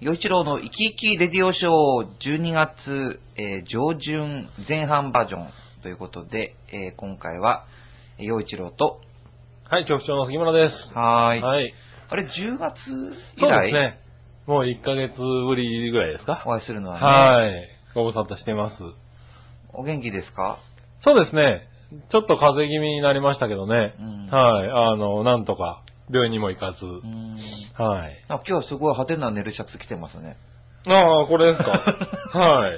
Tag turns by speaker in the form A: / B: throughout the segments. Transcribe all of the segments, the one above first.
A: 与一郎の生き生きレディオショー12月、えー上旬前半バージョンということで、えー今回は、えー与一郎と、
B: はい、局長の杉村です。
A: はーい。
B: はい。
A: あれ、10月以
B: そう
A: 来、
B: ですね。もう1ヶ月ぶりぐらいですか
A: お会いするのはね、
B: はい。ご無沙汰してます。
A: お元気ですか
B: そうですね。ちょっと風邪気味になりましたけどね。
A: うん
B: はい。あの、なんとか、病院にも行か
A: う
B: ず。
A: ーん。
B: はい。
A: あ今日すごい派手な寝るシャツ着てますね。
B: ああ、これで すかは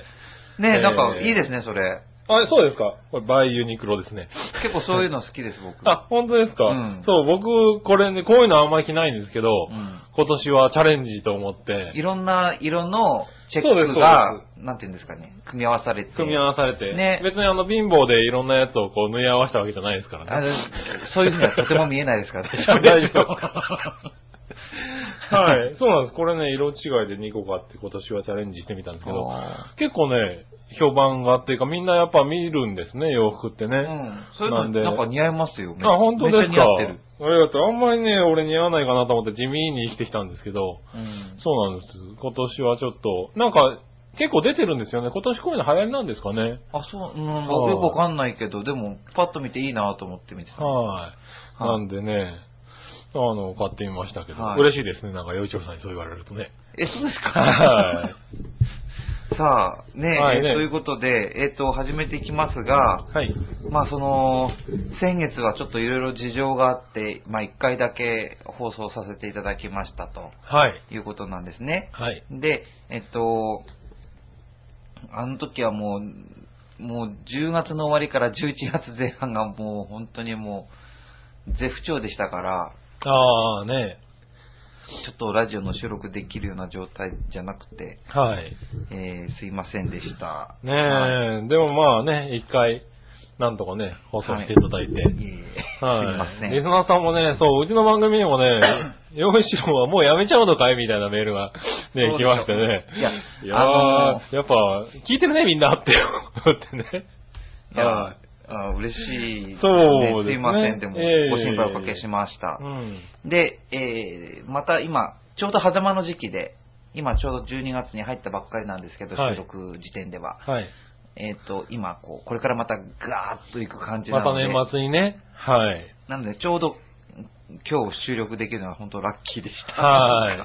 B: い。
A: ね
B: え
A: え、
B: ー
A: なんかいいですね、それ。
B: あ、そうですかこれ、バイユニクロですね。
A: 結構そういうの好きです、僕。
B: あ、本当ですか、
A: うん
B: そう、僕、これね、こういうのあんまり着ないんですけど、
A: うん。
B: 今年はチャレンジと思って
A: い、ろんな色のチェッ
B: そうで
A: ク
B: す
A: が
B: そ、
A: なんていうんですかね、組み合わされて。
B: 組み合わされて、
A: ね
B: 別にあの、貧乏でいろんなやつをこう、縫い合わせたわけじゃないですからね。
A: あのそういうふうにはとても見えないですから
B: 大丈夫ですかはい。そうなんです。これね、色違いで2個買って今年はチャレンジしてみたんですけど、
A: あ
B: 結構ね、評判がっていうか、みんなやっぱ見るんですね、洋服ってね。
A: ーうん。そういう
B: な
A: の、
B: んで
A: なんか似合いますよ。めっ
B: あ、本当で
A: め
B: す
A: っち
B: か。
A: ゃ
B: あ
A: 似合ってる。
B: りがとう。あんまりね、俺似合わないかなと思って地味に生きてきたんですけど、
A: うん。
B: そうなんです。今年はちょっと、なんか、結構出てるんですよね。今年こういうの流行りなんですかね。
A: あ、そう、うん、
B: はい
A: よくわかんないけど、でも、パッと見ていいなと思って見てた。
B: はい。
A: はい
B: なんでね、あの、買ってみましたけど、
A: はい
B: 嬉しいですね。なんか、洋一郎さんにそう言われるとね。
A: え、そうです
B: は
A: か さあ、ね、
B: はい
A: え
B: ね
A: ということで、えっ、と、始めていきますが、
B: い。はい。
A: まあその、先月はちょっといろいろ事情があって、まあ1回だけ放送させていただきましたと
B: はい。
A: いうことなんですね。
B: はい。
A: で、えっと、あの時はもう、もう10月の終わりから11月前半がもう本当にもう、絶不調でしたから、
B: ああ、ね。
A: ちょっとラジオの収録できるような状態じゃなくて、
B: はい。
A: えーすいませんでした。
B: ねえ、
A: はい
B: でもまあね、一回、なんとかね、放送していただいて。
A: いえいえ
B: はい。
A: すいませ
B: リス
A: ん。
B: ナーさんもね、そう、うちの番組に もね、洋一郎はもうやめちゃうのかいみたいなメールが、ね
A: そ、うで
B: 来
A: しょ
B: ましてね。
A: いや
B: いやー、
A: あの
B: やっぱ、聞いてるね、みんなって思ってね。
A: いや
B: はい
A: あ嬉しいです、
B: そうですね
A: すいません。でも、
B: いえいえいえ
A: ご心配おかけしました
B: う。ん。
A: で、えーまた今、ちょうど狭間の時期で、今ちょうど12月に入ったばっかりなんですけど、
B: はい
A: 収録時点では。
B: はい。
A: えっ、と、今、こう、これからまたガーッといく感じな
B: また
A: ので、
B: 年末にね。はい。
A: なので、ちょうど今日収録できるのは本当ラッキーでした。
B: はい。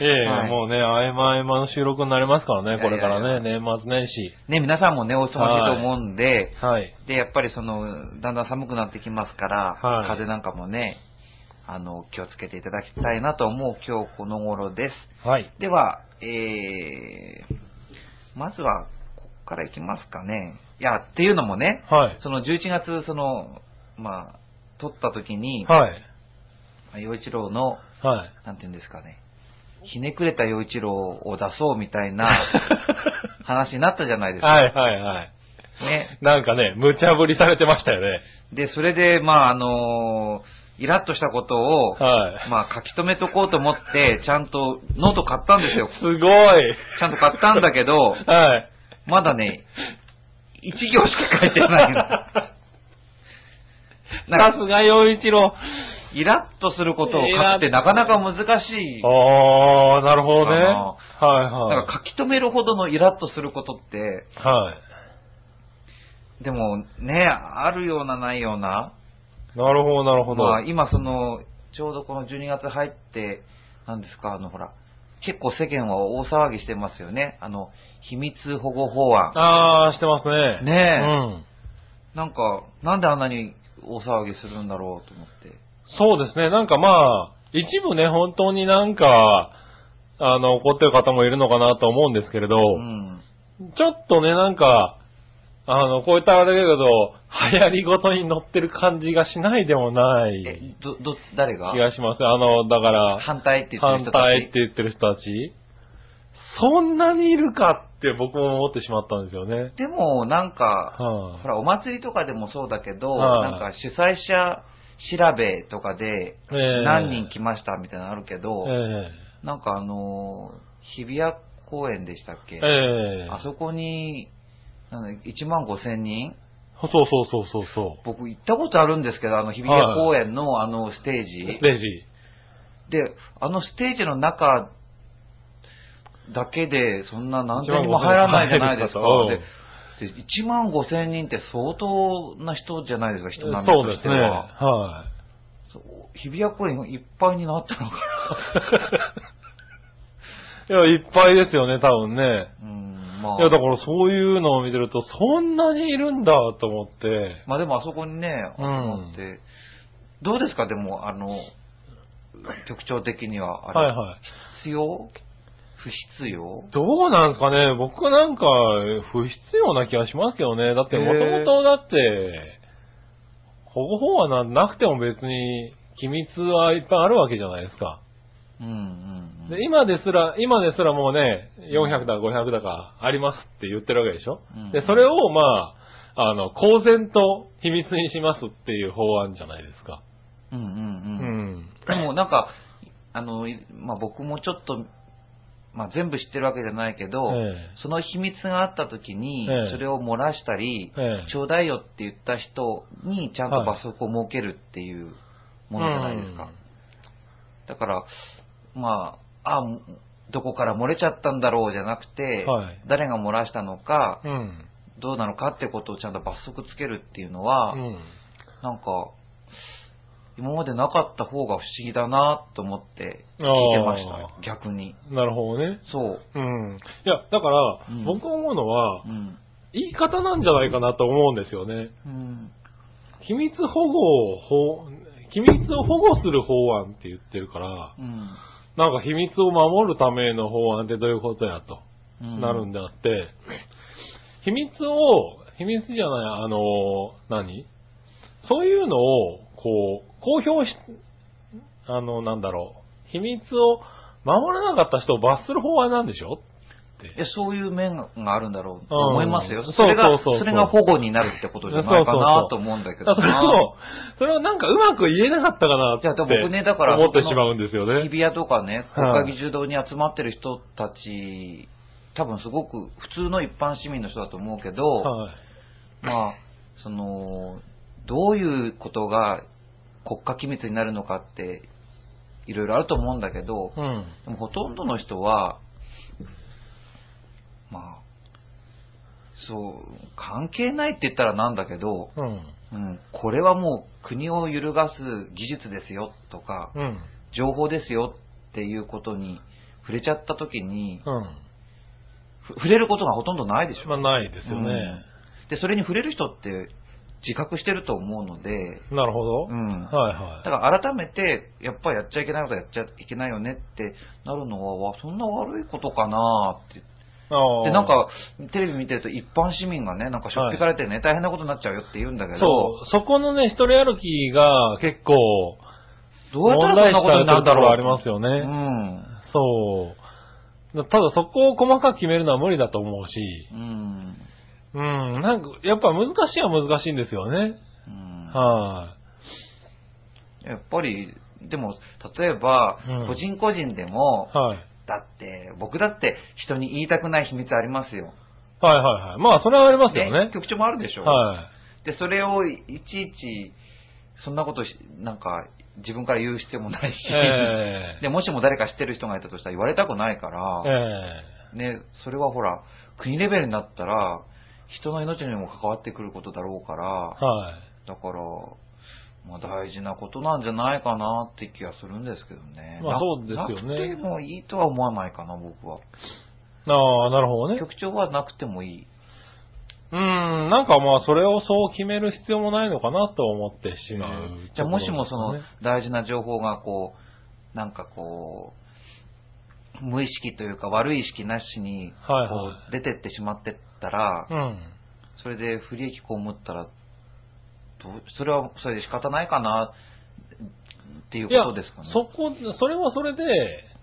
B: ええ、
A: はい
B: もうね、合間合間の収録になりますからね、これからね、
A: いや
B: 年末年始。
A: ね、皆さんもね、お忙しいと思うんで、
B: はい。
A: で、やっぱりその、だんだん寒くなってきますから、
B: はい
A: 風邪なんかもね、あの、気をつけていただきたいなと思う今日この頃です。
B: はい。
A: では、えー、まずは、ここからいきますかね。いや、っていうのもね、
B: はい。
A: その11月、その、まあ、撮った時に、
B: はい。
A: 洋一郎の、
B: はい。
A: なんていうんですかね、ひねくれた洋一郎を出そうみたいな 話になったじゃないですか。
B: はいはいはい。
A: ね。
B: なんかね、無茶ぶりされてましたよね。
A: で、それで、まあ、あのイラッとしたことを、
B: はい。
A: まあ、書き留めとこうと思って、ちゃんとノート買ったんですよ。
B: すごい。は
A: ちゃんと買ったんだけ ど、
B: い。
A: まだね、一行しか書いて ないの。なん
B: さ
A: か、
B: すが洋一郎。
A: イラッとすることを書くってなかなか難しい。
B: あー、なるほどね。
A: あの
B: はいはい。
A: なんか書き留めるほどのイラッとすることって、
B: はい。
A: でもね、あるようなないような。
B: なるほどなるほど。
A: まあ、今その、ちょうどこの12月入って、なんですか、あの、ほら、結構世間は大騒ぎしてますよね。あの、秘密保護法案。
B: あー、してますね。
A: ねえ
B: うん。
A: なんか、なんであんなに大騒ぎするんだろうと思って。
B: そうですね、なんかまあ、一部ね、本当になんか、あの、怒ってる方もいるのかなと思うんですけれど、
A: うん。
B: ちょっとね、なんか、あの、こういったあれだけど、流行りごとに乗ってる感じがしないでもな
A: え
B: い、
A: ど、ど、誰が
B: 気がします。あの、だから、
A: 反対って言ってる
B: 反
A: 人たち。
B: 対って言ってる人たち、そんなにいるかって僕も思ってしまったんですよね。
A: でも、なんか、
B: は
A: ほら、お祭りとかでもそうだけど、
B: はい
A: なんか主催者調べとかで、
B: いええ
A: 何人来ましたみたいなのあるけど、
B: え
A: なんかあのー日比谷公園でしたっけ
B: えええ
A: あそこに、なん1万5千人
B: そうそうそうそうそ
A: 僕行ったことあるんですけど、あの日比谷公園のあのステー
B: う。
A: ジ。
B: レジ。
A: で、あのステージの中だけで、そんな何千人も入らないじゃないですか。
B: うん
A: でで1万5千人って相当な人じゃないですか、人並み
B: そう
A: と
B: で
A: し
B: す
A: て
B: ね。
A: は。
B: は
A: そう日比谷公園いっぱいになったのか
B: い。い や、いっぱいですよね、多分ね。
A: な。うん、ま
B: いや、だ
A: あ。
B: からそういうのを見てると、そんなにいるんだと思って。
A: まあでもあそこにね、集まって、どうですか、でも、あの、局長的には、あれ、
B: はいはい。
A: 必要不必要
B: どうなんですかね僕なんか、不必要な気がしますけどね。だって、
A: へー
B: もともとだって、保護法はななくても別に、機密はいっぱいあるわけじゃないですか。
A: うんうん、うん。
B: で、今ですら、今ですらもうね、400だ、500だかありますって言ってるわけでしょ、
A: うん
B: で、それをまあ、あの、公然と秘密にしますっていう法案じゃないですか。
A: うんうん
B: う
A: うん。
B: ん。
A: でもなんか、あの、いまあ、僕もちょっと、まあ、全部知ってるわけじゃないけど、
B: ええ
A: その秘密があった時に
B: ええ、
A: それを漏らしたり、
B: ええ
A: ちょうだいよって言った人にちゃんと
B: はい
A: 罰則を設けるっていうものじゃないですか。
B: うん
A: だから、まあ、あ、もどこから漏れちゃったんだろうじゃなくて、
B: はい
A: 誰が漏らしたのか、
B: うん。
A: どうなのかってことをちゃんと罰則つけるっていうのは、
B: うん。
A: なんか、今までなかった方が不思議だなと思って聞いてまし
B: あ
A: た、逆に。
B: なるほどね。
A: そう。
B: うん。いや、だから、
A: うん
B: 僕思うのは
A: う、ん。
B: 言い方なんじゃないかなと思うんですよね。
A: うん。
B: 秘密保護を法、秘密を保護する法案って言ってるから、
A: うん。
B: なんか秘密を守るための法案ってどういうことやと、
A: うん
B: なるんであって、秘密を、秘密じゃない、あの、何そういうのを、こう、公表し、あの、なんだろう、秘密を守らなかった人を罰する法案なんでしょって。
A: いやそういう面があるんだろうと思いますよ。
B: うん
A: それが
B: そうそうそうそう
A: れが保護になるってことじゃないかなと思うんだけど
B: だからそれを、それをなんかうまく言えなかったかなって。
A: いやでも僕ねだから
B: 思ってしまうんですよね。
A: 日比谷とかね、
B: はい
A: 国会議事堂に集まってる人たち、多分すごく普通の一般市民の人だと思うけど、
B: はい。
A: まあ、その、どういうことが国家機密になるのかって、いろいろあると思うんだけど、
B: うん。
A: でもほとんどの人は、まあ、そう、関係ないって言ったらなんだけど、
B: うん。
A: うん、これはもう国を揺るがす技術ですよとか、
B: うん。
A: 情報ですよっていうことに触れちゃった時に、
B: うん。
A: ふ触れることがほとんどないでしょ。
B: まあないですよね。
A: で、それに触れる人って自覚してると思うので、
B: なるほど。
A: うん
B: はい
A: だか
B: は
A: ら改めて、やっぱりやっちゃいけないことはやっちゃいけないよねってなるのは、わそんな悪いことかなって。
B: い。ああ
A: で、なん、か、テレビ見てると一般市民がね、なんかしょっぴかれてね、大変なことになっちゃうよって言うんだけど、
B: そう、そこのね、一人歩きが結構、
A: どうやったらそんなことになるんだ
B: とこ
A: ろう
B: ろありますよ
A: う
B: ね。
A: ん。
B: そう。だただそこを細かく決めるのは無理だと思うし、
A: うん。
B: うん、なんか、やっぱ難しいは難しいんですよね。
A: うん
B: は
A: やっぱり、でも、例えば、
B: うん
A: 個人個人でも
B: い。、はい。
A: だって、僕だって人に言いたくない秘密ありますよ。
B: はいはいはい。まあ、それはありますよね
A: ね。局長もあるでしょ。
B: は
A: で、それをいちいち、そんなことし、なんか、自分から言う必要もないし
B: い。、ええ
A: で、もしも誰か知ってる人がいたとしたら言われたくないから、
B: え
A: ね、それはほら、国レベルになったら、人の命にも関わってくることだろうから
B: え、はい。
A: だから、まあ大事なことなんじゃないかなって気がするんですけどね。
B: まあ
A: な
B: そうですよね
A: なくてもいいとは思わないかな、僕は。
B: ああ、なるほどね。
A: 局長はなくてもいい。
B: うん、なんかまあ、それをそう決める必要もないのかなと思ってしまう、
A: じゃあもしもその
B: ね
A: 大事な情報がこう、なんかこう、無意識というか悪い意識なしに
B: はい
A: こ
B: は
A: う出てってしまってったら
B: い。、うん。
A: それで不利益被ったら、どうそれはそれで仕方ないかなっていうことですかね。
B: いやそこ、それはそれで、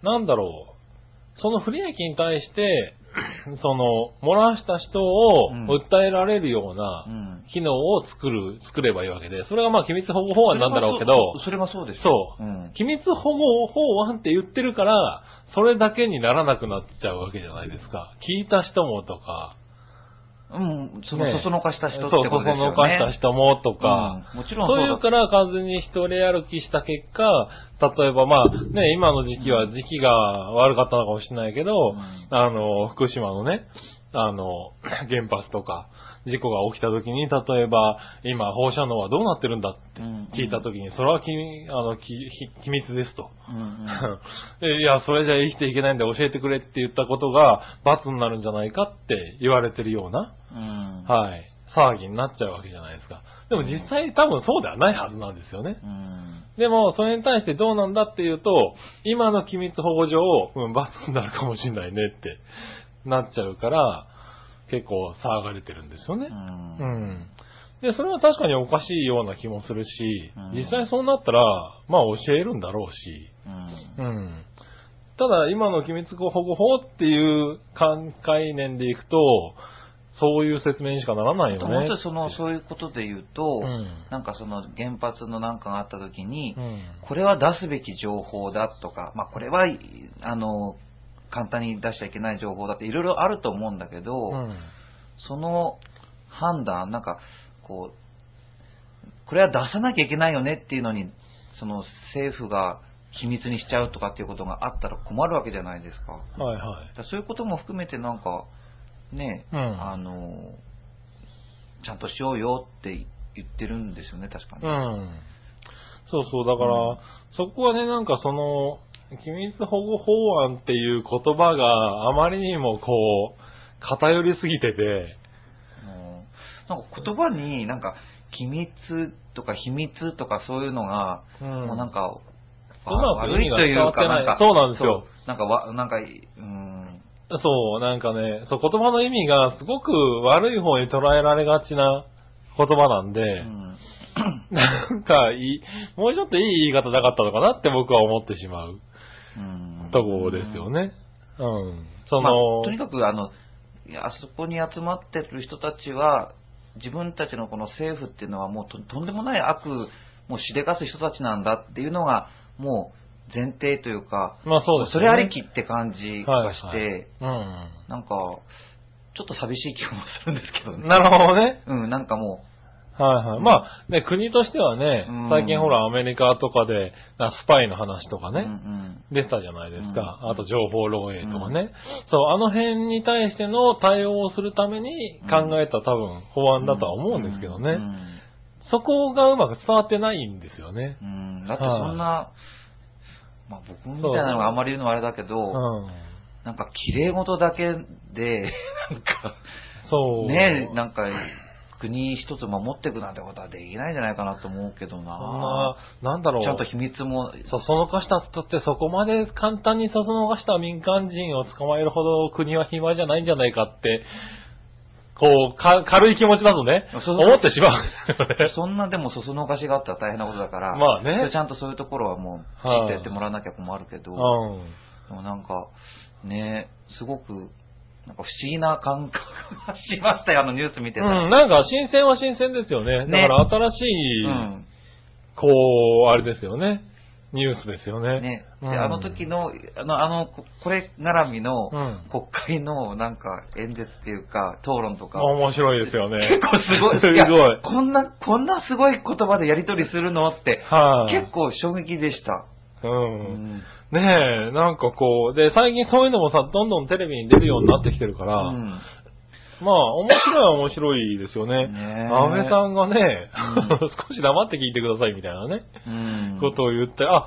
B: なんだろう、その不利益に対して、 その、漏らした人を
A: うん
B: 訴えられるような
A: うん
B: 機能を作る、作ればいいわけで、それがまあ機密保護法案なんだろうけど、
A: それはそうそれはそうです。
B: そう
A: うん。
B: 機密保護法案って言ってるから、それだけにならなくなっちゃうわけじゃないですか。聞いた人もとか、
A: うん、その、
B: ね
A: そそのかした人って
B: そう、
A: ことですよね。
B: そそのかした人もとか、
A: うんもちろん
B: そう
A: そう
B: い
A: だ
B: うから完全に一人歩きした結果、例えばまあね、今の時期は時期が悪かったのかもしれないけど、
A: ん
B: あの、福島のね、あの、 原発とか、事故が起きた時に、例えば、今放射能はどうなってるんだって聞いた時に、それは君、あの、き秘密ですと。
A: うんうん。
B: いや、それじゃ生きていけないんで教えてくれって言ったことが罰になるんじゃないかって言われてるような、
A: うん。
B: はい、騒ぎになっちゃうわけじゃないですか。でも実際多分そうではないはずなんですよね。
A: うん。
B: でも、それに対してどうなんだっていうと、今の機密保護上、うん、罰になるかもしんないねってなっちゃうから、結構騒がれてるんですよね
A: う。ん
B: うん。で、それは確かにおかしいような気もするし
A: うん、
B: 実際そうなったら、まあ教えるんだろうし、
A: うん
B: うん。ただ、今の機密保護法っていう感概念でいくと、そういう説明にしかならない
A: あと
B: よ
A: もう
B: ね。
A: 一つその、そういうことで言うと、
B: うん
A: なんかその原発のなんかがあった時に、
B: うん。
A: これは出すべき情報だとか、まあこれは、いあの、簡単に出しちゃいけない情報だっていろいろあると思うんだけど、
B: うん。
A: その判断、なんか、こう、これは出さなきゃいけないよねっていうのに、その政府が秘密にしちゃうとかっていうことがあったら困るわけじゃないですか。だか
B: はいはい。
A: らそういうことも含めてなんか、ね、
B: うん
A: あの、ちゃんとしようよって言ってるんですよね、確かに。
B: うん。そうそう、だから、
A: うん
B: そこはね、なんかその、機密保護法案っていう言葉があまりにもこう、偏りすぎてて、
A: うんなんか言葉になんか、機密とか秘密とかそういうのが、
B: う
A: もうなんか、
B: うま
A: 悪
B: く意味
A: い
B: が
A: とい
B: 伝わ
A: う
B: って
A: か、な
B: ない
A: んか、
B: そうなんですよ
A: そう。なんかわ、なんか、うん、
B: そう、なんかね、そう、言葉の意味がすごく悪い方に捉えられがちな言葉なんで、
A: うん
B: なんかいい、もうちょっといい言い方なかったのかなって僕は思ってしまう
A: うん
B: ところですよ。ね。うん。
A: そ
B: その、
A: の、とにかく、あの、いやあそこに集まってる人たちは、自分たちのこの政府っていうのはもうととんでもない悪、もうしでかす人たちなんだっていうのが、もう前提というか、
B: まあそう
A: も
B: です
A: そ
B: よ
A: れ
B: ね
A: ありきって感じがして、
B: はいはいうん。
A: なんか、ちょっと寂しい気もするんですけどね。
B: なるほどね。
A: うん、なんかも
B: はいはい。まあ、ね、国としてはね
A: うん、
B: 最近ほらアメリカとかで、あスパイの話とか
A: う、う
B: ね、
A: ん
B: 出てたじゃないですか。
A: うん
B: あと情報漏洩とかね。そう、あの辺に対しての対応をするために考えた多分法
A: うん、
B: 案だとは思うんですけど
A: う
B: ね。
A: ん
B: そこがうまく伝わってないんですよね。
A: うんだってそんな、まあ僕みたいなのがあんまり言うのはあれだけ
B: う
A: ど、
B: ん。
A: なんか綺麗事だけで、なんか、
B: そう。
A: ねえ、なんか、国一つ守っていくなんてことはできないんじゃないかなと思うけど
B: そんな
A: な。、
B: なんだろう。
A: ちゃんと秘密も、
B: そそのかしたっつったってそこまで簡単にそそのかした民間人を捕まえるほど国は暇じゃないんじゃないかって、こう、か軽い気持ちだとね、
A: その
B: 思ってしまうんだよね。
A: そんなでもそそのかしがあったら大変なことだから、
B: まあね
A: それちゃんとそういうところはもう、きちっとやってもらわなきゃ困るけど、
B: う
A: でもなんか、ねすごく、なんか不思議な感覚がしましたよ、あのニュース見てた
B: ん。
A: ら。
B: うん、なんか新鮮は新鮮ですよね。
A: ね
B: だから新し
A: う
B: い、
A: ん
B: こう、あれですよね。ニュースですよね。
A: ね、で、
B: うん
A: あの時の、あの、あの、ここれ絡みの
B: うん
A: 国会のなんか演説っていうか、討論とか、
B: 面白いですよね。
A: 結構すごい、
B: すごい
A: やこんな、こんなすごい言葉でやりとりするのって、
B: はい、
A: 結構衝撃でした。う
B: うん
A: ん。
B: ねえ、なんかこう、で、最近そういうのもさ、どんどんテレビに出るようになってきてるから、
A: うん
B: まあ、面白いは面白いですよね。
A: ねえ
B: 安倍さんがね、
A: う
B: 少し黙って聞いてくださいみたいなね、
A: うん。
B: ことを言って、あ、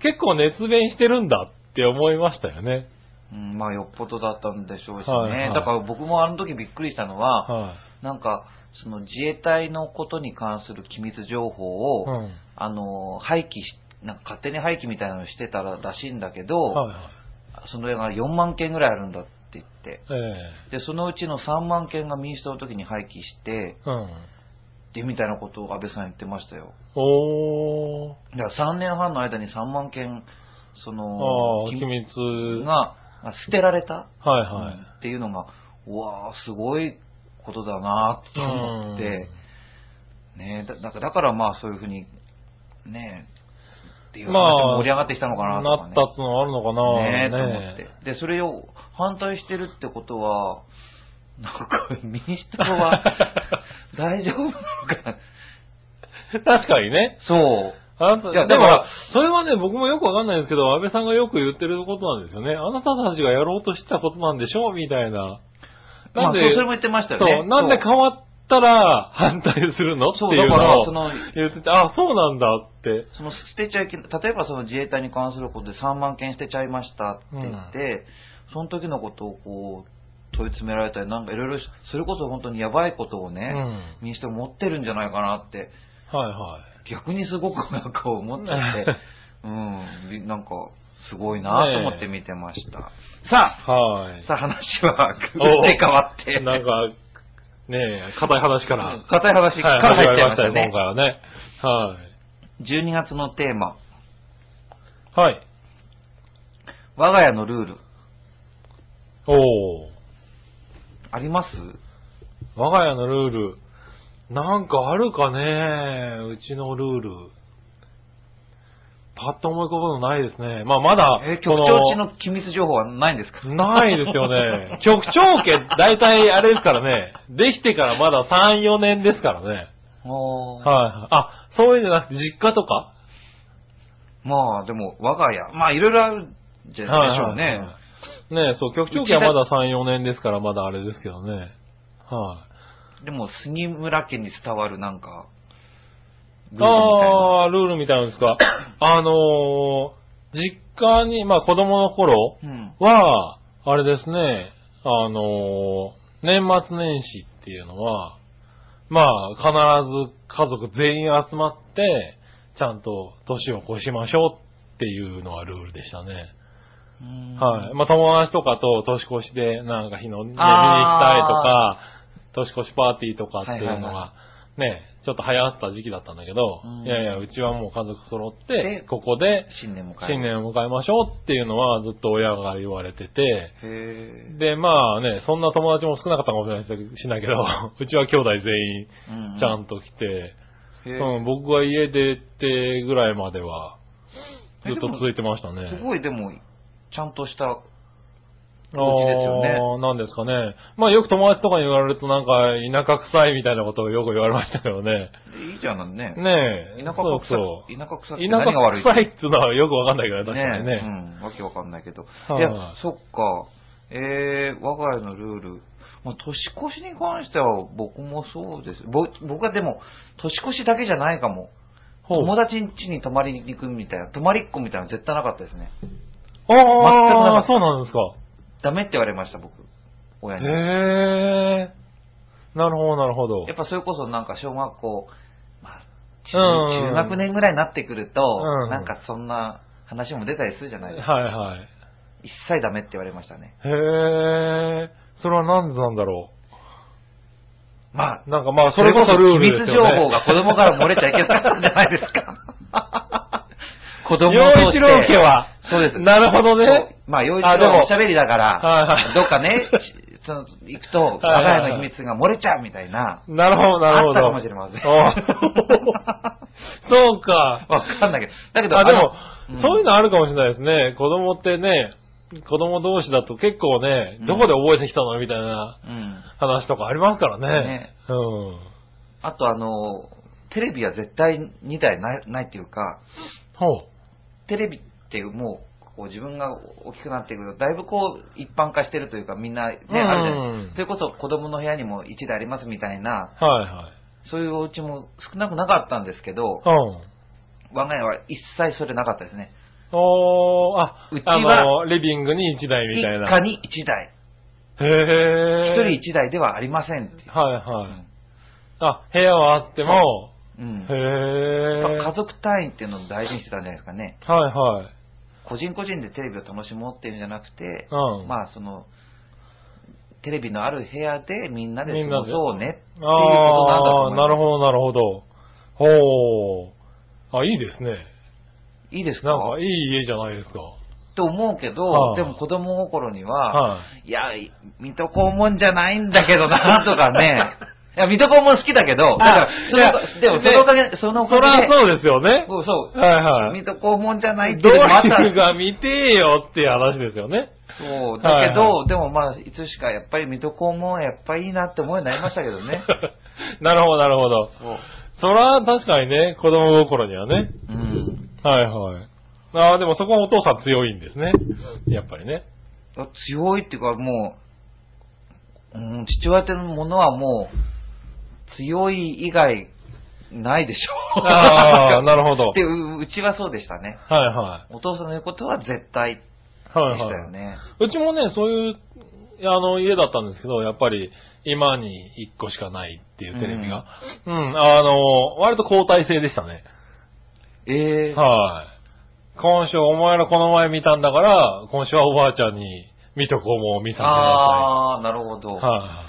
B: 結構熱弁してるんだって思いましたよね。
A: うんまあ、よっぽどだったんでしょうしね。
B: はいはい
A: だから僕もあの時びっくりしたのは、
B: は
A: なんか、その自衛隊のことに関する機密情報
B: い。
A: を、
B: うん。はい
A: あの、廃棄し、なんか勝手に廃棄みたいなのしてたららしいんだけど、
B: は
A: その絵が4万件ぐらいあるんだって言って、
B: い。え
A: で、そのうちの3万件が民主党の時に廃棄して、
B: えうん。
A: で、みたいなことを安倍さん言ってましたよ。
B: おー。
A: だから3年半の間に3万件、そ
B: あ
A: の、
B: あ、
A: 機
B: 機密。
A: 密
B: は
A: があ捨てられた、
B: いは
A: っていうのが、うわー、すごいことだなーっ
B: い。
A: て思って、ねだだからだからまあそういうふうに、ねっていう話
B: まあ
A: も盛り上がってきたのか
B: な
A: なとか
B: っ
A: ね。
B: たっつうのはあるのかな
A: ねえ、と
B: ね
A: 思って。で、それを反対してるってことは、なんか 民主党は大丈夫なのか。
B: 確かにね。
A: そう。
B: あなた、
A: いや
B: で
A: だ
B: も
A: から、
B: それはね、僕もよくわかんないですけど、安倍さんがよく言ってることなんですよね。あなたたちがやろうとしてたことなんでしょうみたいな。
A: ま
B: な
A: あ、
B: ん
A: そう
B: で、
A: それも言ってましたよね。
B: そう、なんで変わったら反対するのって
A: そう
B: いう
A: だからそ
B: のを
A: の
B: 言ってて、あ、そうなんだって。
A: その捨てちゃいけない、例えばその自衛隊に関することで3万件捨てちゃいましたって言って、その時のことをこう、問い詰められたり、なんかいろいろ、それこそ本当にやばいことを
B: う
A: ね、
B: ん。
A: 民主党持ってるんじゃないかなって、
B: はいはい。
A: 逆にすごくなんか思 っちゃって、うん、びなんか、すごいなと思って見てました。さ
B: は
A: あ、
B: い。
A: さあ話は、ぐ
B: お
A: って変わって、
B: なんか、ねえ、硬い話から。
A: うん硬い話か
B: はい、
A: ら入っちゃいまし
B: 始
A: た
B: まり
A: ね
B: 今。回はね。はい。
A: 12月のテーマ、
B: はい。
A: 我が家のルール、
B: おー。
A: あります
B: 我が家のルール。なんかあるかねうちのルール。パッと思い浮かぶのないですね。まあまだ、
A: えー、
B: そ
A: 局長ちの機密情報はないんですか
B: ないです よね。局長家、だいたいあれですからね。できてからまだ3、4年ですからね。
A: おー
B: はい。あ、そういうんじゃなくて、実家とか
A: まあ、でも、我が家。まあ、いろいろあるじゃないでしょう
B: はいはい
A: ね
B: は。いねえ、そう、局長家はまだ3、4年ですから、まだあれですけどね。は
A: でも、杉村家に伝わるなんか、
B: い。
A: ルールみたいな
B: ああー、ルールみたいなんで すか。あのー、実家に、まあ子供の頃
A: うん。
B: は、あれですね、あのー、年末年始っていうのは、まあ必ず家族全員集まって、ちゃんと年を越しましょうっていうのはルールでしたね。
A: うん
B: はい。。まあ、友達とかと年越しで、なんか日の、ね、見に行きたいと
A: あ
B: か、年越しパーティーとかっていう
A: はい
B: の
A: はい
B: が
A: は、
B: ね、ちょっと流行った時期だったんだけど、
A: うん
B: いやいや、うちはもう家族揃っ
A: で
B: て、ここで
A: 新年も変え
B: 新。年を迎えましょうっていうのはずっと親が言われてて、
A: へえ。
B: で、まあね、そんな友達も少なかったかもしれないですしないけど、 うちは兄弟全
A: う
B: 員ちゃんと来て、
A: へ
B: う
A: え
B: ん、僕が家出てぐらいまでは、ずっと続いてましたね。
A: すごい、でも、ちゃんとした、
B: あ
A: お家ですよね
B: あーなんですかね。まあよく友達とかに言われるとなんか田舎臭いみたいなことをよく言われましたけどね。
A: でいいじゃん ね。
B: ねえ。
A: 田舎臭く、
B: そうそう。
A: 田舎臭くて
B: 田
A: 何が悪
B: 舎
A: い
B: 臭いっていうのはよくわかんないから、確かに
A: ね
B: ね。
A: うん、わけわかんないけど。
B: はい
A: いや、そっか。えー、我が家のルール。まあ、年越しに関しては僕もそうです。ぼ僕はでも、年越しだけじゃないかも。
B: ほう
A: 友達ん家に泊まりに行くみたいな、泊まりっ子みたいなの絶対なかったですね。全くなか
B: ああ
A: っ、た
B: そうなんですか。
A: ダメって言われました、僕。親に。
B: へえ。なるほど、なるほど。
A: やっぱそれこそなんか小学校、まあ、中
B: うん
A: 中学年ぐらいになってくると、
B: うん
A: なんかそんな話も出たりするじゃないですか。
B: はいはい。
A: 一切ダメって言われましたね。
B: へえ。それはなんでなんだろ
A: まあ
B: う。、なんかまあ、それこそルールですよね。
A: 機密情報が子供から漏れちゃいけなかったんじゃないですか。 子供を通
B: 陽
A: して
B: 一郎家は。
A: そうです。
B: なるほどね。
A: そうまあ、洋一
B: あで
A: 郎
B: も
A: おしゃべりだか
B: はいは
A: ら
B: い、
A: どっかね、しその、行くと、我
B: はいはい
A: が家の秘密が漏れちゃうみたいな、
B: なるほど、なる
A: あ
B: ほど。
A: ったかもしれません
B: あ そう か。
A: わかんないけど。だけど、
B: あ、でも
A: あの、
B: そういうのあるかもしれないですね。子供ってね、子供同士だと結構ね
A: う、ん
B: どこで覚えてきたのみたいな
A: うん。
B: 話とかありますからね
A: ね。
B: うん。
A: あと、あの、テレビは絶対2台ないないっていうか、
B: ほう。
A: テレビってもう、こう自分が大きくなってくると、だいぶこう、一般化してるというか、みんなね、
B: うん
A: あるじゃないですか。それこそ子供の部屋にも1台ありますみたいな、
B: はいはい。
A: そういうお家も少なくなかったんですけど、
B: うん。
A: 我が家は一切それなかったですね。
B: おー、あ、
A: うち
B: あ
A: は
B: の、リビングに1台み
A: 一
B: たいな。
A: 家に一台。
B: へ
A: 一
B: え。
A: 人一台ではありませんっていう。
B: はいはい。あ、部屋はあっても、
A: うん。
B: へ
A: やっ
B: え。
A: ぱ家族単位っていうのを大事にしてたんじゃないですかね。
B: はいはい。
A: 個人個人でテレビを楽しもうっていうんじゃなくて、
B: うん
A: まあその、テレビのある部屋でみんなで
B: みん
A: 過
B: な
A: ご
B: で
A: そうねっていうことなんだと
B: あ
A: 思
B: あ
A: い
B: ー、
A: ます。
B: なるほど、なるほど。ほう。あ、いいですね。
A: いいですか
B: なんか、いい家じゃないですか。
A: と思うけ
B: は
A: ど、
B: い
A: でも子供心には、
B: はい
A: や、水戸黄門じゃないんだけどな、とかね、や、水戸黄門好きだけど、だから
B: あ、
A: そ
B: いや
A: の、でもそのおかげ、そのおか
B: そら
A: げで、
B: そうですよね。
A: そうそ
B: は
A: う、
B: いはい。
A: 水戸黄門じゃないって
B: ド
A: いう
B: リ
A: のもあった
B: ルが見てえよっていう話ですよね。
A: そう、だけど、
B: はいは
A: でもまあ、いつしかやっぱり水戸黄門はやっぱりいいなって思うようになりましたけどね。
B: なるほど、なるほど。
A: そう。
B: そら、確かにね、子供心にはね。
A: うん。
B: はいはい。ああ、でもそこはお父さん強いんですね。やっぱりね。
A: 強いっていうかもう、うん、父親ってものはもう、強い以外、ないでしょう。
B: ああ、 なるほど。
A: でう、うちはそうでしたね。
B: はいは
A: お父さんの言うことは絶対で
B: い。はい
A: した
B: は
A: よね。
B: い。うちもね、そういう、あの、家だったんですけど、やっぱり、今に1個しかないっていうテレビが。うん、あの、割と交代制でしたね。
A: ええ
B: はい。今週、お前らこの前見たんだから、今週はおばあちゃんに、見とこうも見させてくださ
A: ああ、なるほど。
B: い。は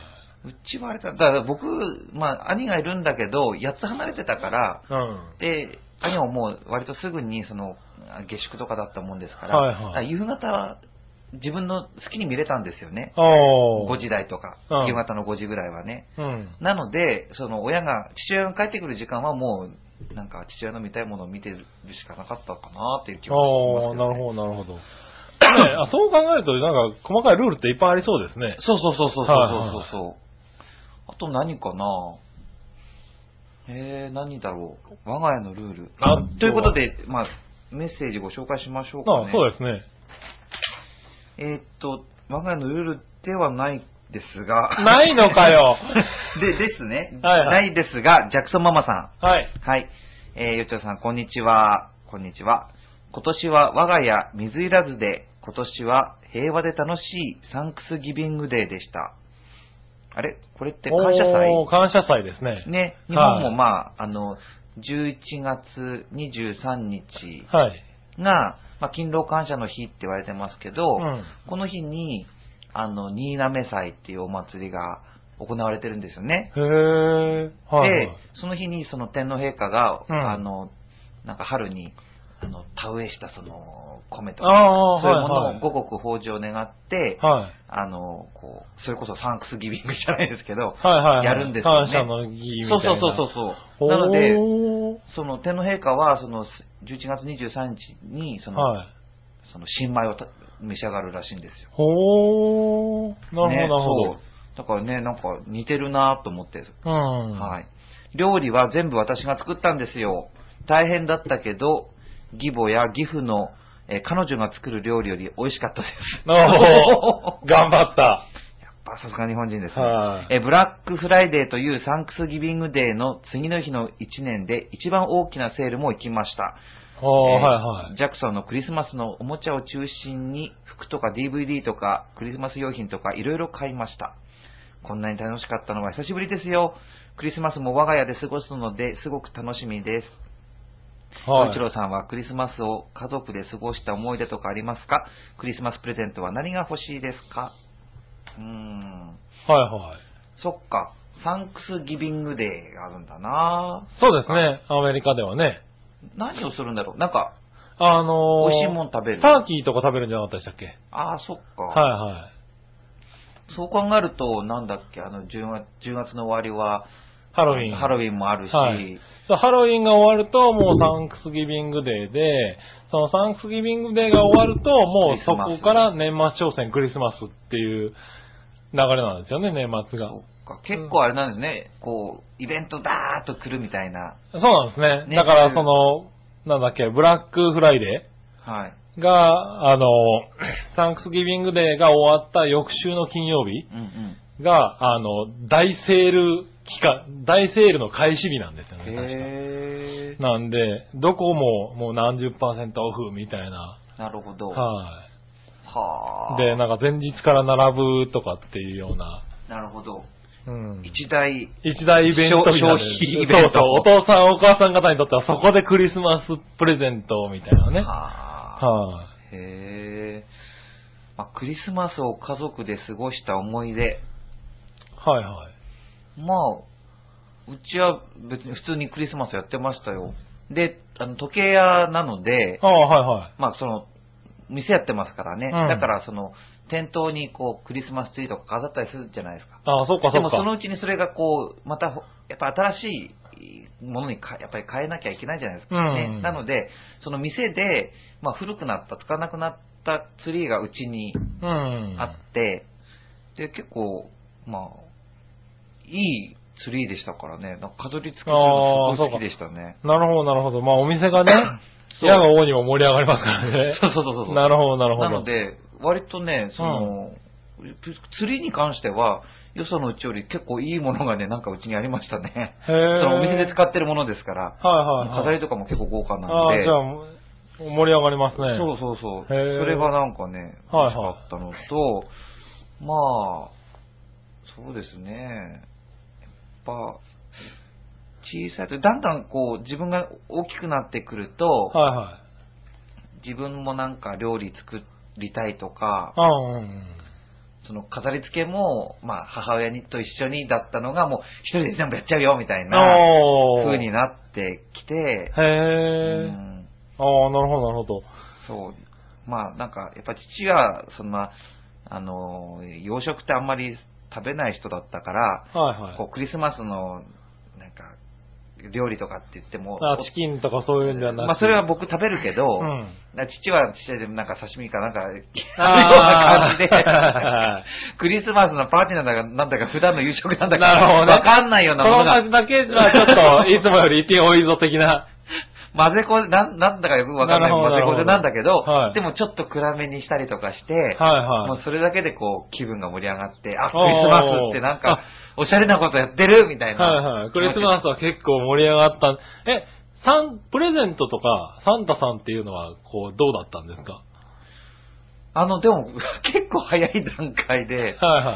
A: うちはあれだ、だから僕、まあ、兄がいるんだけど、8つ離れてたから、
B: い。うん。
A: で、兄ももう割とすぐにその下宿とかだったもんですから、
B: はいはい
A: だから夕方は自分の好きに見れたんですよね。
B: おー。
A: 5時台とか、
B: うん
A: 夕方の5時ぐらいはね。
B: うん。
A: なので、その親が、父親が帰ってくる時間はもう、なんか父親の見たいものを見てるしかなかったかなっていう気がします
B: ああ、
A: け
B: な
A: ど、
B: る
A: ね。
B: ほど、なるほど。ねあそう考えると、なんか、細かいルールっていっぱいありそうですね。
A: そうそうそうそうそう
B: はいはい
A: そうそう、あと何かなえー、何だろう。我が家のルール。
B: あ
A: あということで、まあ、メッセージご紹介しましょうか、
B: あ
A: ね。
B: そうですね。
A: えーっと、我が家のルールではないですが。
B: ないのか よ
A: で、ですね。
B: はいはい
A: ないですが、ジャクソンママさん。
B: はい。
A: はい。えー、よっちょさん、こんにちは。こんにちは。今年は我が家水いらずで、今年は平和で楽しいサンクスギビングデーでした。あれこれって感謝
B: お
A: 祭
B: ー感謝祭ですね。
A: ね。日
B: はい
A: 本もまあ、あの、11月23日
B: はい。
A: が、まあ、勤労感謝の日って言われてますけど、
B: うん
A: この日に、あの、新滑祭っていうお祭りが行われてるんですよね。
B: へー。はいはい。
A: で、その日にその天皇陛下が、
B: うん
A: あの、なんか春に、あの、田植えしたその、米とか、
B: ああー、
A: そういうも
B: は
A: の
B: い
A: を五穀豊穣を願って、
B: はい。はい。
A: あの、こう、それこそサンクスギビングじゃないですけど、
B: はいはいはい。
A: やるんですよね
B: 感謝の儀み
A: そ
B: たいうな。
A: そうそうそうそう。なので、
B: おー
A: その天皇陛下は、その、11月23日に、その、
B: はい。
A: その新米をた召し上がるらしいんですよ。
B: ほー。な
A: ね
B: るほど、なるほど。
A: そうだからね、なんか似てるなと思って、
B: うん。
A: はい。料理は全部私が作ったんですよ。大変だったけど、義母や義父の、えー彼女が作る料理より美味しかったです。
B: お ー頑張った。
A: やっぱさすが日本人ですね。
B: はい
A: えーブラックフライデーというサンクスギビングデーの次の日の1年で一番大きなセールも行きました。え
B: おー、
A: ー
B: はいはい。
A: ジャクソンのクリスマスのおもちゃを中心に服とか DVD とかクリスマス用品とかいろいろ買いました。こんなに楽しかったのは久しぶりですよ。クリスマスも我が家で過ごすのですごく楽しみです。
B: はい
A: 洋一郎さんはクリスマスを家族で過ごした思い出とかありますかクリスマスプレゼントは何が欲しいですかうーん。
B: はいはい。
A: そっか。サンクスギビングデーがあるんだな
B: そうですね。アメリカではね。
A: 何をするんだろうなんか、
B: あのー、
A: 美味しいもん食べる
B: ターキーとか食べるんじゃなかったでしたっけ
A: ああ、そっか。
B: はいはい。
A: そう考えると、なんだっけ、あの10月、10月の終わりは、
B: ハロウィン。
A: ハロウ
B: ィン。
A: ィンもあるし、
B: はいそう、ハロウィンが終わると、もうサンクスギビングデーで、そのサンクスギビングデーが終わると、もうそこから年末商戦クリスマスっていう流れなんですよね、年末が。
A: そっか結構あれなんですね、こう、イベントだーっと来るみたいな、
B: そうなんです
A: ね
B: ね。だからその、なんだっけ、ブラックフライデー
A: はい。
B: が、あの、 サンクスギビングデーが終わった翌週の金曜日
A: うんうん。
B: が、あの、大セール期間、大セールの開始日なんですよね、
A: へ
B: 確か。なんで、どこももう何十パーセントオフみたいな。
A: ー。なるほど。は
B: は
A: あ。
B: い。で、なんか前日から並ぶとかっていうような。
A: なるほど。
B: うん。
A: 一大、
B: 一大イベントみたいな
A: 消費イベント
B: そうそう。お父さんお母さん方にとってはそこでクリスマスプレゼントみたいなね。はい、
A: はあ。へー。まあ、クリスマスを家族で過ごした思い出。
B: はいはい。
A: まあ、うちは別に普通にクリスマスやってましたよ。で、あの時計屋なので、
B: ああ、はいはい。
A: まあその、店やってますからね。
B: うん
A: だからその、店頭にこうクリスマスツリーとか飾ったりするじゃないですか。
B: ああ、そっか
A: で
B: そっ
A: も
B: か。
A: そのうちにそれがこう、またほ、やっぱ新しいものにかやっぱり変えなきゃいけないじゃないですか、ね
B: うん
A: なので、その店で、まあ、古くなった、使わなくなったツリーがうちに
B: うん。
A: あって、で、結構、まあ、いいツリーでしたからね、なんか飾り付けするのすごい好きでしたね。
B: なるほど、なるほど。まあ、お店がね、
A: そう
B: 矢が王にも盛り上がりますからね。
A: そうそうそうそうそう。
B: なるほど、なるほど。
A: なので、割とね、その、釣りに関しては、よそのうちより結構いいものがね、なんかうちにありましたね。
B: へ
A: そ
B: ー
A: のお店で使ってるものですから、
B: はいはい、はい。
A: 飾りとかも結構豪華な
B: あ
A: の
B: あ、
A: で
B: じゃ、あ、もう盛り上がりますね。
A: そうそうそう、そ
B: へー
A: れがなんかね、
B: はい
A: 欲
B: はい
A: しかったのと、まあ、そうですね、やっぱ、小さいと、だんだんこう、自分が大きくなってくると、
B: はいはい。
A: 自分もなんか料理作りたいとか、
B: ああ、うんうん。
A: その飾り付けも、まあ、母親にと一緒にだったのが、もう一人で全部やっちゃうよ、みたいな
B: おー
A: 風になってきて、
B: へ
A: うん、
B: え。ああ、なるほど、なるほど。
A: そう、まあ、なんか、やっぱ父が、そんな、あの、洋食ってあんまり食べない人だったから、
B: はいはい。
A: こう、クリスマスの、なんか、料理とかって言っても、
B: あチキンとかそういうんじゃなくて。
A: まあ、それは僕食べるけど、
B: うん。
A: 父は父でなんか刺身かなんか、ような
B: あ
A: 感じで、
B: あ
A: クリスマスのパーティーなんだか、なんだか普段の夕食なんだか、
B: なるほどね
A: わかんないよう
B: ー
A: な
B: こ
A: もの
B: の
A: が
B: 数だけはちょっと、いつもより一品多いぞ的 な。
A: 混ぜこ、なんなんだかよくわかんな
B: ないるほど
A: 混ぜこぜなんだけど、
B: はい
A: でもちょっと暗めにしたりとかして、
B: はい
A: も
B: は
A: う
B: い。
A: それだけでこう気分が盛り上がって、あ、ク
B: おー
A: リスマスってなんか、おしゃれなことやってるみたいな。
B: はいはい。クリスマスは結構盛り上がった。え、サン、プレゼントとか、サンタさんっていうのは、こう、どうだったんですか
A: あの、でも 結構早い段階で、
B: はいはい。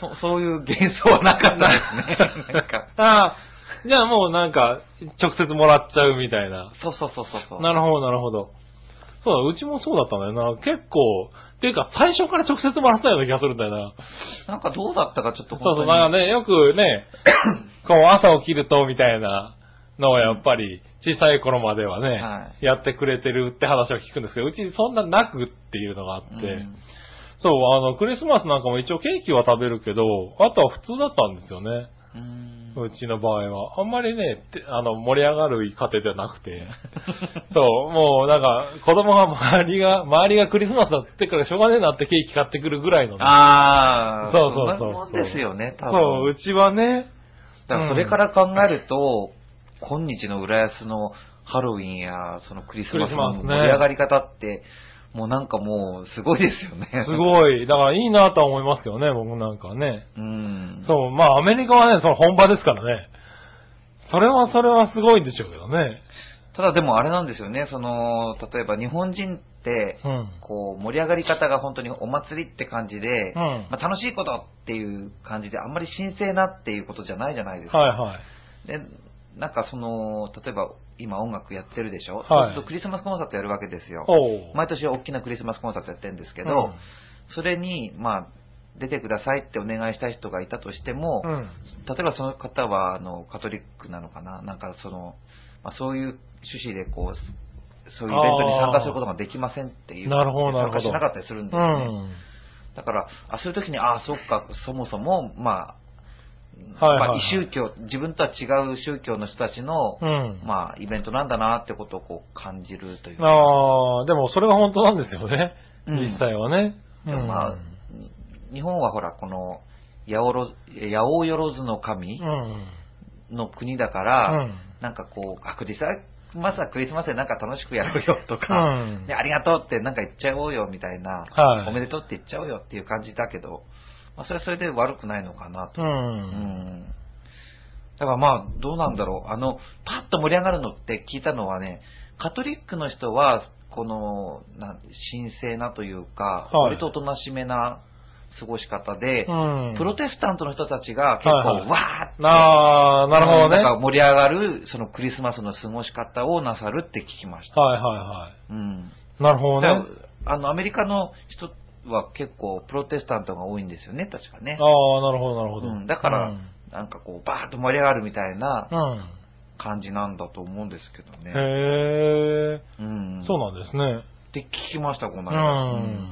A: そそういう幻想はなかった ですね。なんか、
B: ああ、じゃあもうなんか、直接もらっちゃうみたいな。
A: そうそうそうそうそう。
B: なるほど、なるほど。そうだ、うちもそうだったんだよな。結構、っていうか最初から直接もらったような気がするんだよな。
A: なんかどうだったかちょっと
B: そ
A: 本
B: うそ
A: 当
B: う、
A: に。
B: なんかね、よく ね、こう朝起きるとみたいなのをやっぱり小さい頃まではね、
A: は
B: やってくれてるって話を聞くんですけど、うちそんななくっていうのがあって、
A: うん
B: そう、あの、クリスマスなんかも一応ケーキは食べるけど、あとは普通だったんですよね。
A: うん
B: うちの場合は。あんまりね、てあの、盛り上がる家庭ではなくて。そう、もうなんか、子供が周りが、周りがクリスマスだってからしょうがねえなってケーキ買ってくるぐらいのね、
A: ああ、
B: そうそうそう
A: そんなもんですよね、多分。
B: そう、うちはね、
A: だからそれから考えると、今日の浦安のハロウィンやそのクリスマスの
B: クリスマスね
A: 盛り上がり方って、もうなんかもうすごいですよね。
B: す
A: い。
B: ごい、だからいいなとは思いますけどね、僕なんかはね。
A: うん。
B: そう、まあアメリカはね、その本場ですからね。それはそれはすごいんでしょうけどね。
A: ただでもあれなんですよね、その、例えば日本人って、
B: うん。
A: こう盛り上がり方が本当にお祭りって感じで、
B: うん
A: まあ、楽しいことっていう感じであんまり神聖なっていうことじゃないじゃないですか。
B: はいはい。
A: で、なんかその、例えば今音楽やってるでしょ、
B: い
A: そうするとクリスマスコンサートやるわけですよ。
B: おう。
A: 毎年大きなクリスマスコンサートやってるんですけど、それに、まあ、出てくださいってお願いした人がいたとしても、
B: うん、うん。
A: 例えばその方はあのカトリックなのかな、なんかその、まあ、そういう趣旨でこう、そういうイベントに参加することができませんっていう、
B: なるほどな
A: 参
B: るほ
A: 加
B: ど
A: しなかったりするんです
B: う
A: よね。
B: ん。
A: だから、あそういう時に、ああ、そっか、そもそも、まあ、
B: はいはいはい
A: まあ、異宗教、自分とは違う宗教の人たちの、
B: うん。
A: まあ、イベントなんだなってことをこう感じるというか
B: ああ、でもそれが本当なんですよね。
A: うん
B: 実際はね。
A: でもまあ、に日本はほら、この、八百万八百万の神
B: うん。
A: の国だか
B: う
A: ら、
B: ん。
A: なんかこう、あ、クリスマスはクリスマスでなんか楽しくやろうよと
B: う
A: か、
B: ん
A: で、。ありがとうってなんか言っちゃおうよみたいな、
B: はい
A: おめでとうって言っちゃおうよっていう感じだけど、まあ、それはそれで悪くないのかなと。
B: う。
A: うんんだからまあ、どうなんだろう。あの、パッと盛り上がるのって聞いたのはね、カトリックの人は、この、なん神聖なというか、
B: はい
A: 割とおとなしめな過ごし方で、
B: うん。
A: プロテスタントの人たちが結構、
B: はいはい
A: わーって、
B: ああ、なるほどね。
A: なん
B: は
A: か盛り上がる、そのクリスマスの過ごし方をなさるって聞きまし
B: い
A: た。
B: はいは
A: うん。
B: い。なるほど
A: だ
B: ね。
A: か
B: あ
A: らあの、アメリカの人は結構、プロテスタントが多いんですよね、確かね。
B: あ、なるほどなるほ
A: う
B: ど。
A: んだから
B: うん。
A: なんかこう、バーッと盛り上がるみたいな
B: うん
A: 感じなんだと思うんですけどね。
B: へえ、
A: うん。
B: そう
A: う
B: なんですね。
A: って聞きました、この
B: う
A: 間。うん
B: ん。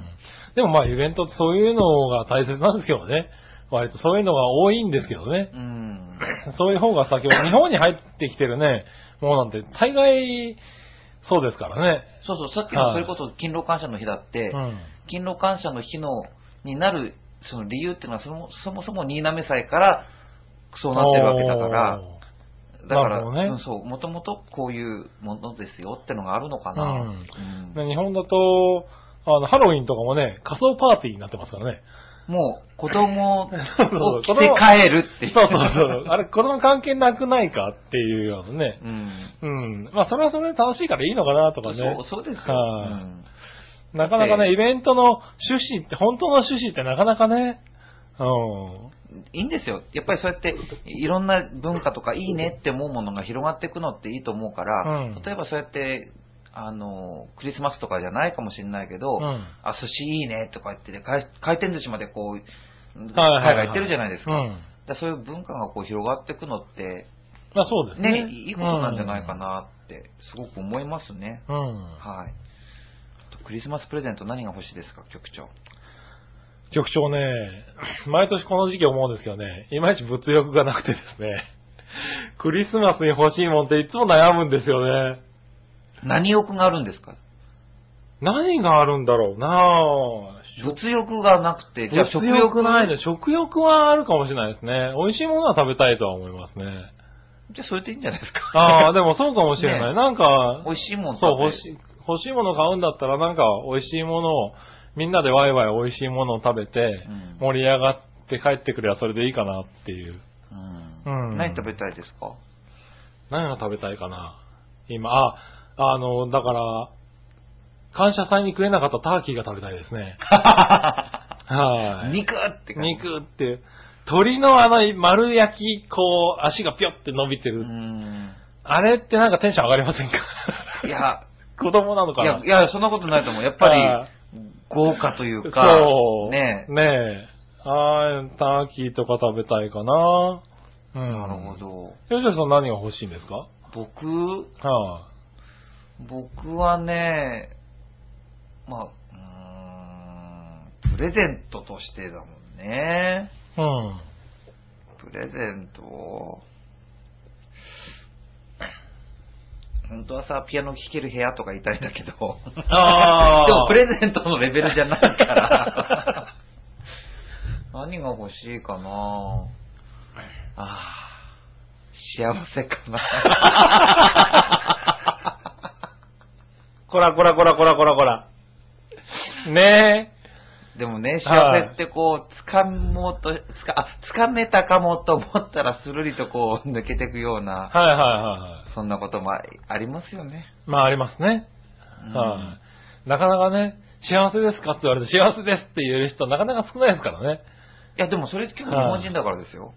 B: でもまあイベントってそういうのが大切なんですけどね。割とそういうのが多いんですけどね。
A: うん。
B: そういう方が先ほど日本に入ってきてるね、もうなんて大概そうですからね。
A: そうそう、さっきのそれこそ勤労感謝の日だって、
B: うん。
A: 勤労感謝の日のになるその理由っていうのはそもそもそも新滑祭からそうなってるわけだから、だか
B: な
A: ら、
B: るほどね
A: うんそう、もともとこういうものですよってのがあるのかな。
B: うん
A: うん
B: おーね日本だと、あの、ハロウィンとかもね、仮想パーティーになってますからね。
A: もう、子供を
B: そう
A: 着て帰るって
B: そう
A: いう。
B: そうそう。あれ、子供関係なくないかっていうようなね。
A: うん。
B: うん。まあ、それはそれで楽しいからいいのかなと
A: そ
B: か
A: う
B: ね。
A: そうですよ。
B: はい
A: うん
B: なかなか
A: だっ
B: ね、
A: て
B: イベントの趣旨って、本当の趣旨ってなかなかね、うん。
A: いいんですよ。やっぱりそうやって、いろんな文化とかいいねって思うものが広がっていくのっていいと思うから、
B: うん
A: 例えばそうやって、あの、クリスマスとかじゃないかもしれないけど、
B: うん
A: あ、寿司いいねとか言ってね、回回転寿司までこう、
B: はいはいはい
A: 海外行ってるじゃないですか。
B: う
A: だか
B: ん。
A: らそういう文化がこう広がっていくのって、
B: まあそうですね。
A: ね、いいことなんじゃないかなって、すごく思いますね。
B: うん。
A: はい。あとクリスマスプレゼント何が欲しいですか、局長。
B: 局長ね、毎年この時期思うんですけどね、いまいち物欲がなくてですね、 クリスマスに欲しいもんっていつも悩むんですよね。
A: 何欲があるんですか
B: 何があるんだろうなぁ。
A: 物欲がなくて、じゃあ食
B: 物
A: 欲
B: ないの。食欲はあるかもしれないですね。美味しいものは食べたいとは思いますね。
A: じゃあそれでいいんじゃないですか。
B: ああ、でもそうかもしれない。
A: ね
B: なんか、
A: 美味しいもん
B: そう、欲し
A: い。
B: い、欲しいもの買うんだったら、なんか美味しいものを、みんなでワイワイ美味しいものを食べて
A: うん、
B: 盛り上がって帰ってくればそれでいいかなっていう。
A: うん
B: うん
A: 何食べたいですか
B: 何が食べたいかな今、あ、あの、だから、感謝祭に食えなかったターキーが食べたいですね。はい。
A: 肉って感じ。
B: 肉って、鳥のあの丸焼き、こう、足がぴょって伸びて
A: う
B: る。
A: ん。
B: あれってなんかテンション上がりませんか
A: いや、
B: 子供なのか
A: い
B: な
A: や、いや、そんなことないと思う。やっぱり
B: はい、
A: 豪華というか、
B: そう。
A: ねえ
B: ねえ。あーターキーとか食べたいかな。うん。
A: なるほ。ど。
B: 吉田さん何が欲しいんですか
A: 僕、
B: は
A: 僕はね、まあ、うーん、プレゼントとしてだもんね。
B: い、うん。
A: プレゼントを本当はさ、ピアノ聴ける部屋とか言いたいんだけど。
B: あー
A: でもプレゼントのレベルじゃない から。何が欲しいかなあー幸せかな
B: こらこらこらこらこらこら。ね
A: でもね、
B: は
A: 幸
B: い
A: せってこう、掴もうと、つか、あ、掴めたかもと思ったらスルリとこう、抜けていくよう
B: え。
A: な、
B: はいはいはいは
A: そんなこともありありますよね。
B: い。まあありますね。
A: うん
B: はい、なかなかね、幸せですかって言われて幸せですって言える人なかなか少ないですからね。
A: いや、でもそれ結構日本人だからですよ。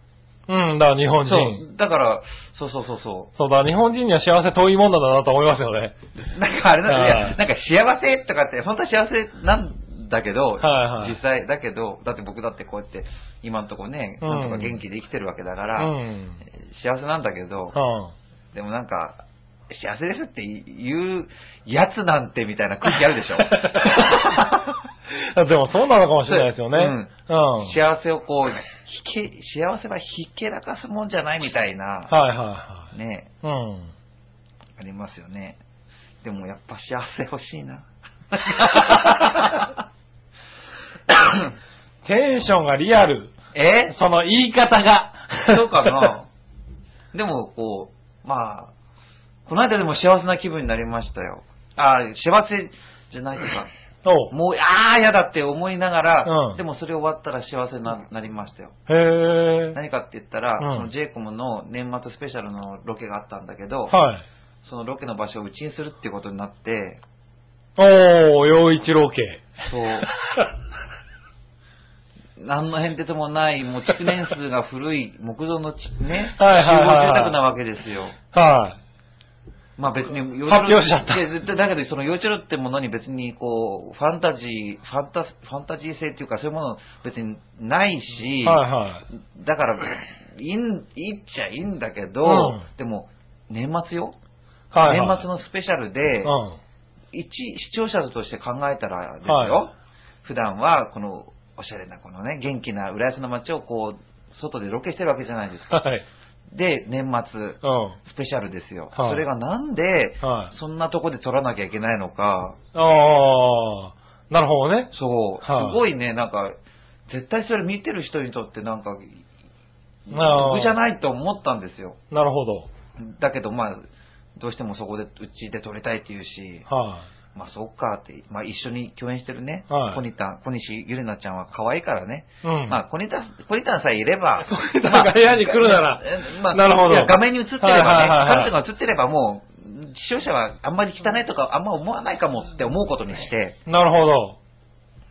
B: うん、だから日本人。
A: そう。だから、そうそうそうそ
B: そうだ、日本人には幸せ遠いもんだなと思いますよね。
A: う。なんかあれなんだ
B: は
A: よな
B: い。
A: んか幸せとかって、本当は幸せなんだけど、
B: はいはい
A: 実際、だけど、だって僕だってこうやって、今んとこね、
B: うん
A: なんとか元気で生きてるわけだか
B: う
A: ら、
B: ん。
A: 幸せなんだけど、
B: うん。
A: でもなんか、幸せですって言うやつなんてみたいな空気あるでし ょ
B: でもそうなのかもしれないですよね。
A: う
B: うんん。はい
A: 幸せをこう、ひけ、幸せはひけらかすもんじゃないみたいな、
B: はいは
A: ね、
B: い。うん。
A: ありますよね。でもやっぱ幸せ欲しい な。
B: テンションがリアル。
A: え
B: その言い方が。
A: そうか なでもこう、まあ、この間でも幸せな気分になりましたよ。ああ、幸せじゃないとか、
B: お
A: もう、ああ、やだって思いながら、
B: うん
A: でもそれ終わったら幸せにななりましたよ。
B: へえ。
A: 何かって言ったら、
B: うん
A: その j コムの年末スペシャルのロケがあったんだけど、
B: はい。
A: そのロケの場所をうちにするっていうことになって、
B: おー、洋一郎 系。
A: そう。何の変哲もない、もう築年数が古い木造 のち、ね、集合
B: はいはいはいはい
A: 住宅なわけですよ。
B: は
A: まあ別に、
B: 発表しちゃった
A: いや絶対だけど、その幼稚園ってものに別にこう、ファンタジー、ファンタ、ファンタジー性っていうかそういうもの別にない
B: い。
A: し、
B: はいは
A: だから、いいん、いいっちゃいいんだけど、
B: うん
A: でも、年末よ、
B: い。はい、はい。
A: 年末のスペシャルで、
B: うん。
A: 一視聴者として考えたらですよ、
B: はい
A: 普段はこのおしゃれなこのね、元気な浦安の街をこう、外でロケしてるわけじゃないですか。
B: はい。
A: で、年末、
B: うん。
A: スペシャルですよ。
B: はい
A: それがなんで、
B: はい
A: そんなとこで撮らなきゃいけないのか、
B: ああ、なるほどね。
A: そう、
B: はい
A: すごいね、なんか、絶対それ見てる人にとってなんか、
B: あー
A: 得じゃないと思ったんですよ。
B: なるほど。
A: だけどまあ、どうしてもそこで、うちで撮りたいって言うし、
B: は
A: まあそうかって、まあ一緒に共演してるね、
B: はい
A: 小西た小西ゆりなちゃんは可愛いからね、
B: い。うん。
A: まあ、小ネタ、小ネタさえいれば、
B: ネタが部屋に来るなら
A: え
B: なるほど
A: いや画面に映ってればね、
B: はいはいはいはい
A: 彼女が映ってればもう、視聴者はあんまり汚いとかあんま思わないかもって思うことにして、
B: なるほど。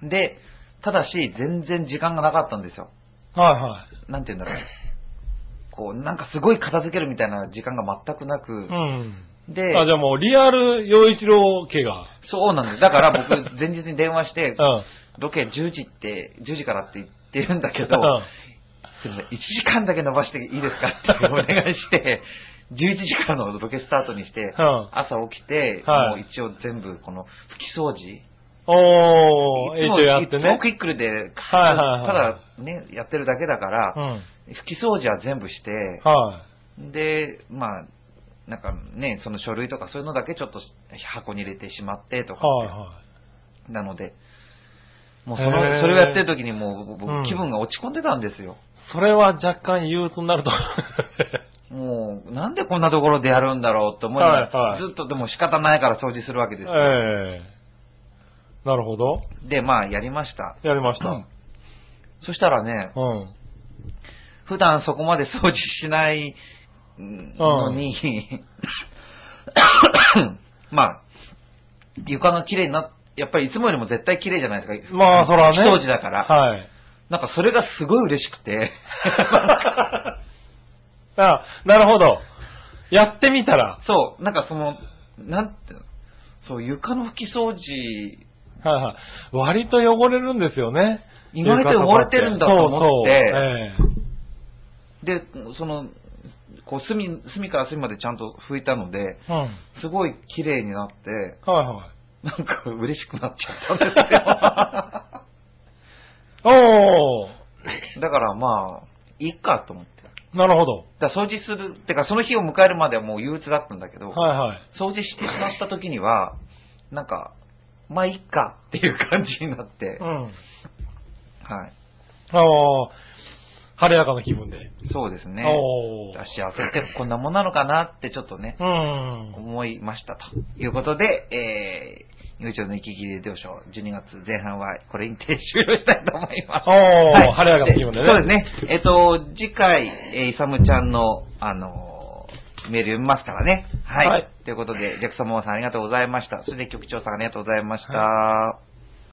A: で、ただし、全然時間がなかったんですよ。
B: はいはい。
A: なんて言うんだろう。こう、なんかすごい片付けるみたいな時間が全くなく
B: う、ん。
A: で、
B: あ、じゃあもうリアル洋一郎家が。
A: そうなんです。だから僕、前日に電話 して
B: う、ん。
A: ロケ10時って、10時からって言ってるんだけど、
B: うん
A: すみません、1時間だけ伸ばしていいですかってお願い して、11時からのロケスタートにして、
B: うん
A: 朝起きて、
B: はい
A: もう一応全部この拭き掃除。
B: おー、
A: いつ
B: 一
A: も
B: 応やって
A: いつも
B: ね。
A: クイックルで、
B: はいはいは
A: ただね、やってるだけだか
B: う
A: ら、
B: ん。
A: 拭き掃除は全部して、
B: は
A: で、まあ、なんかね、その書類とかそういうのだけちょっと箱に入れてしまってと
B: い。
A: か
B: はい
A: って
B: は
A: なので、もうそ
B: へー
A: の、それをやってる時にもう
B: うん
A: 僕気分が落ち込んでたんですよ。
B: い。それは若干憂鬱になると。
A: もう、なんでこんなところでやるんだろうと思いながら、
B: はいはい
A: ずっとでも仕方ないから掃除するわけ
B: え
A: ですよ。
B: えなるほど。
A: で、まあやりました。
B: やりました。
A: う
B: うん
A: そしたらね、
B: ん。
A: 普段そこまで掃除しないうんのに、 まあ、床が綺麗になっやっぱりいつもよりも絶対綺麗じゃないですか。
B: まあ、それはね。
A: 非掃除だから。
B: はい。
A: なんかそれがすごい嬉しく て。
B: あ、なるほど。やってみたら。
A: そう、なんかその、なんていうの、そう、床の拭き掃除、
B: はいはい。割と汚れるんですよね。
A: 意外と汚れてるんだと思って
B: そうそうええ
A: で、その、こう隅、隅から隅までちゃんと拭いたので、
B: うん。はい
A: すごい綺麗になって、
B: はい。
A: なんか嬉しくなっちゃったんで
B: お
A: すよ。だからまあ、いいかと思って。
B: ー、なるほど。
A: だから掃除する、てかその日を迎えるまではもう憂鬱だったんだけど、
B: はいはい。
A: 掃除してしまった時には、なんか、まあいいかっていう感じになって、
B: う
A: は
B: ん。
A: い。
B: ああ、晴れやかな気分で。
A: そうですね。
B: おー
A: 幸せってこんなもんなのかなってちょっとね
B: う、ん。
A: 思いましたということで、えー、悠長の息切れ了承、12月前半はこれにて終了したいと思います。
B: おー
A: はい
B: 晴れやかな気分でね
A: そうですね。えっ、と、次回、えー、イサムちゃんの、あのーメール読みますからね。はい。
B: はい
A: ということで、ジャクソンモーさんありがとうございました。そして局長さんありがとうございました。
B: は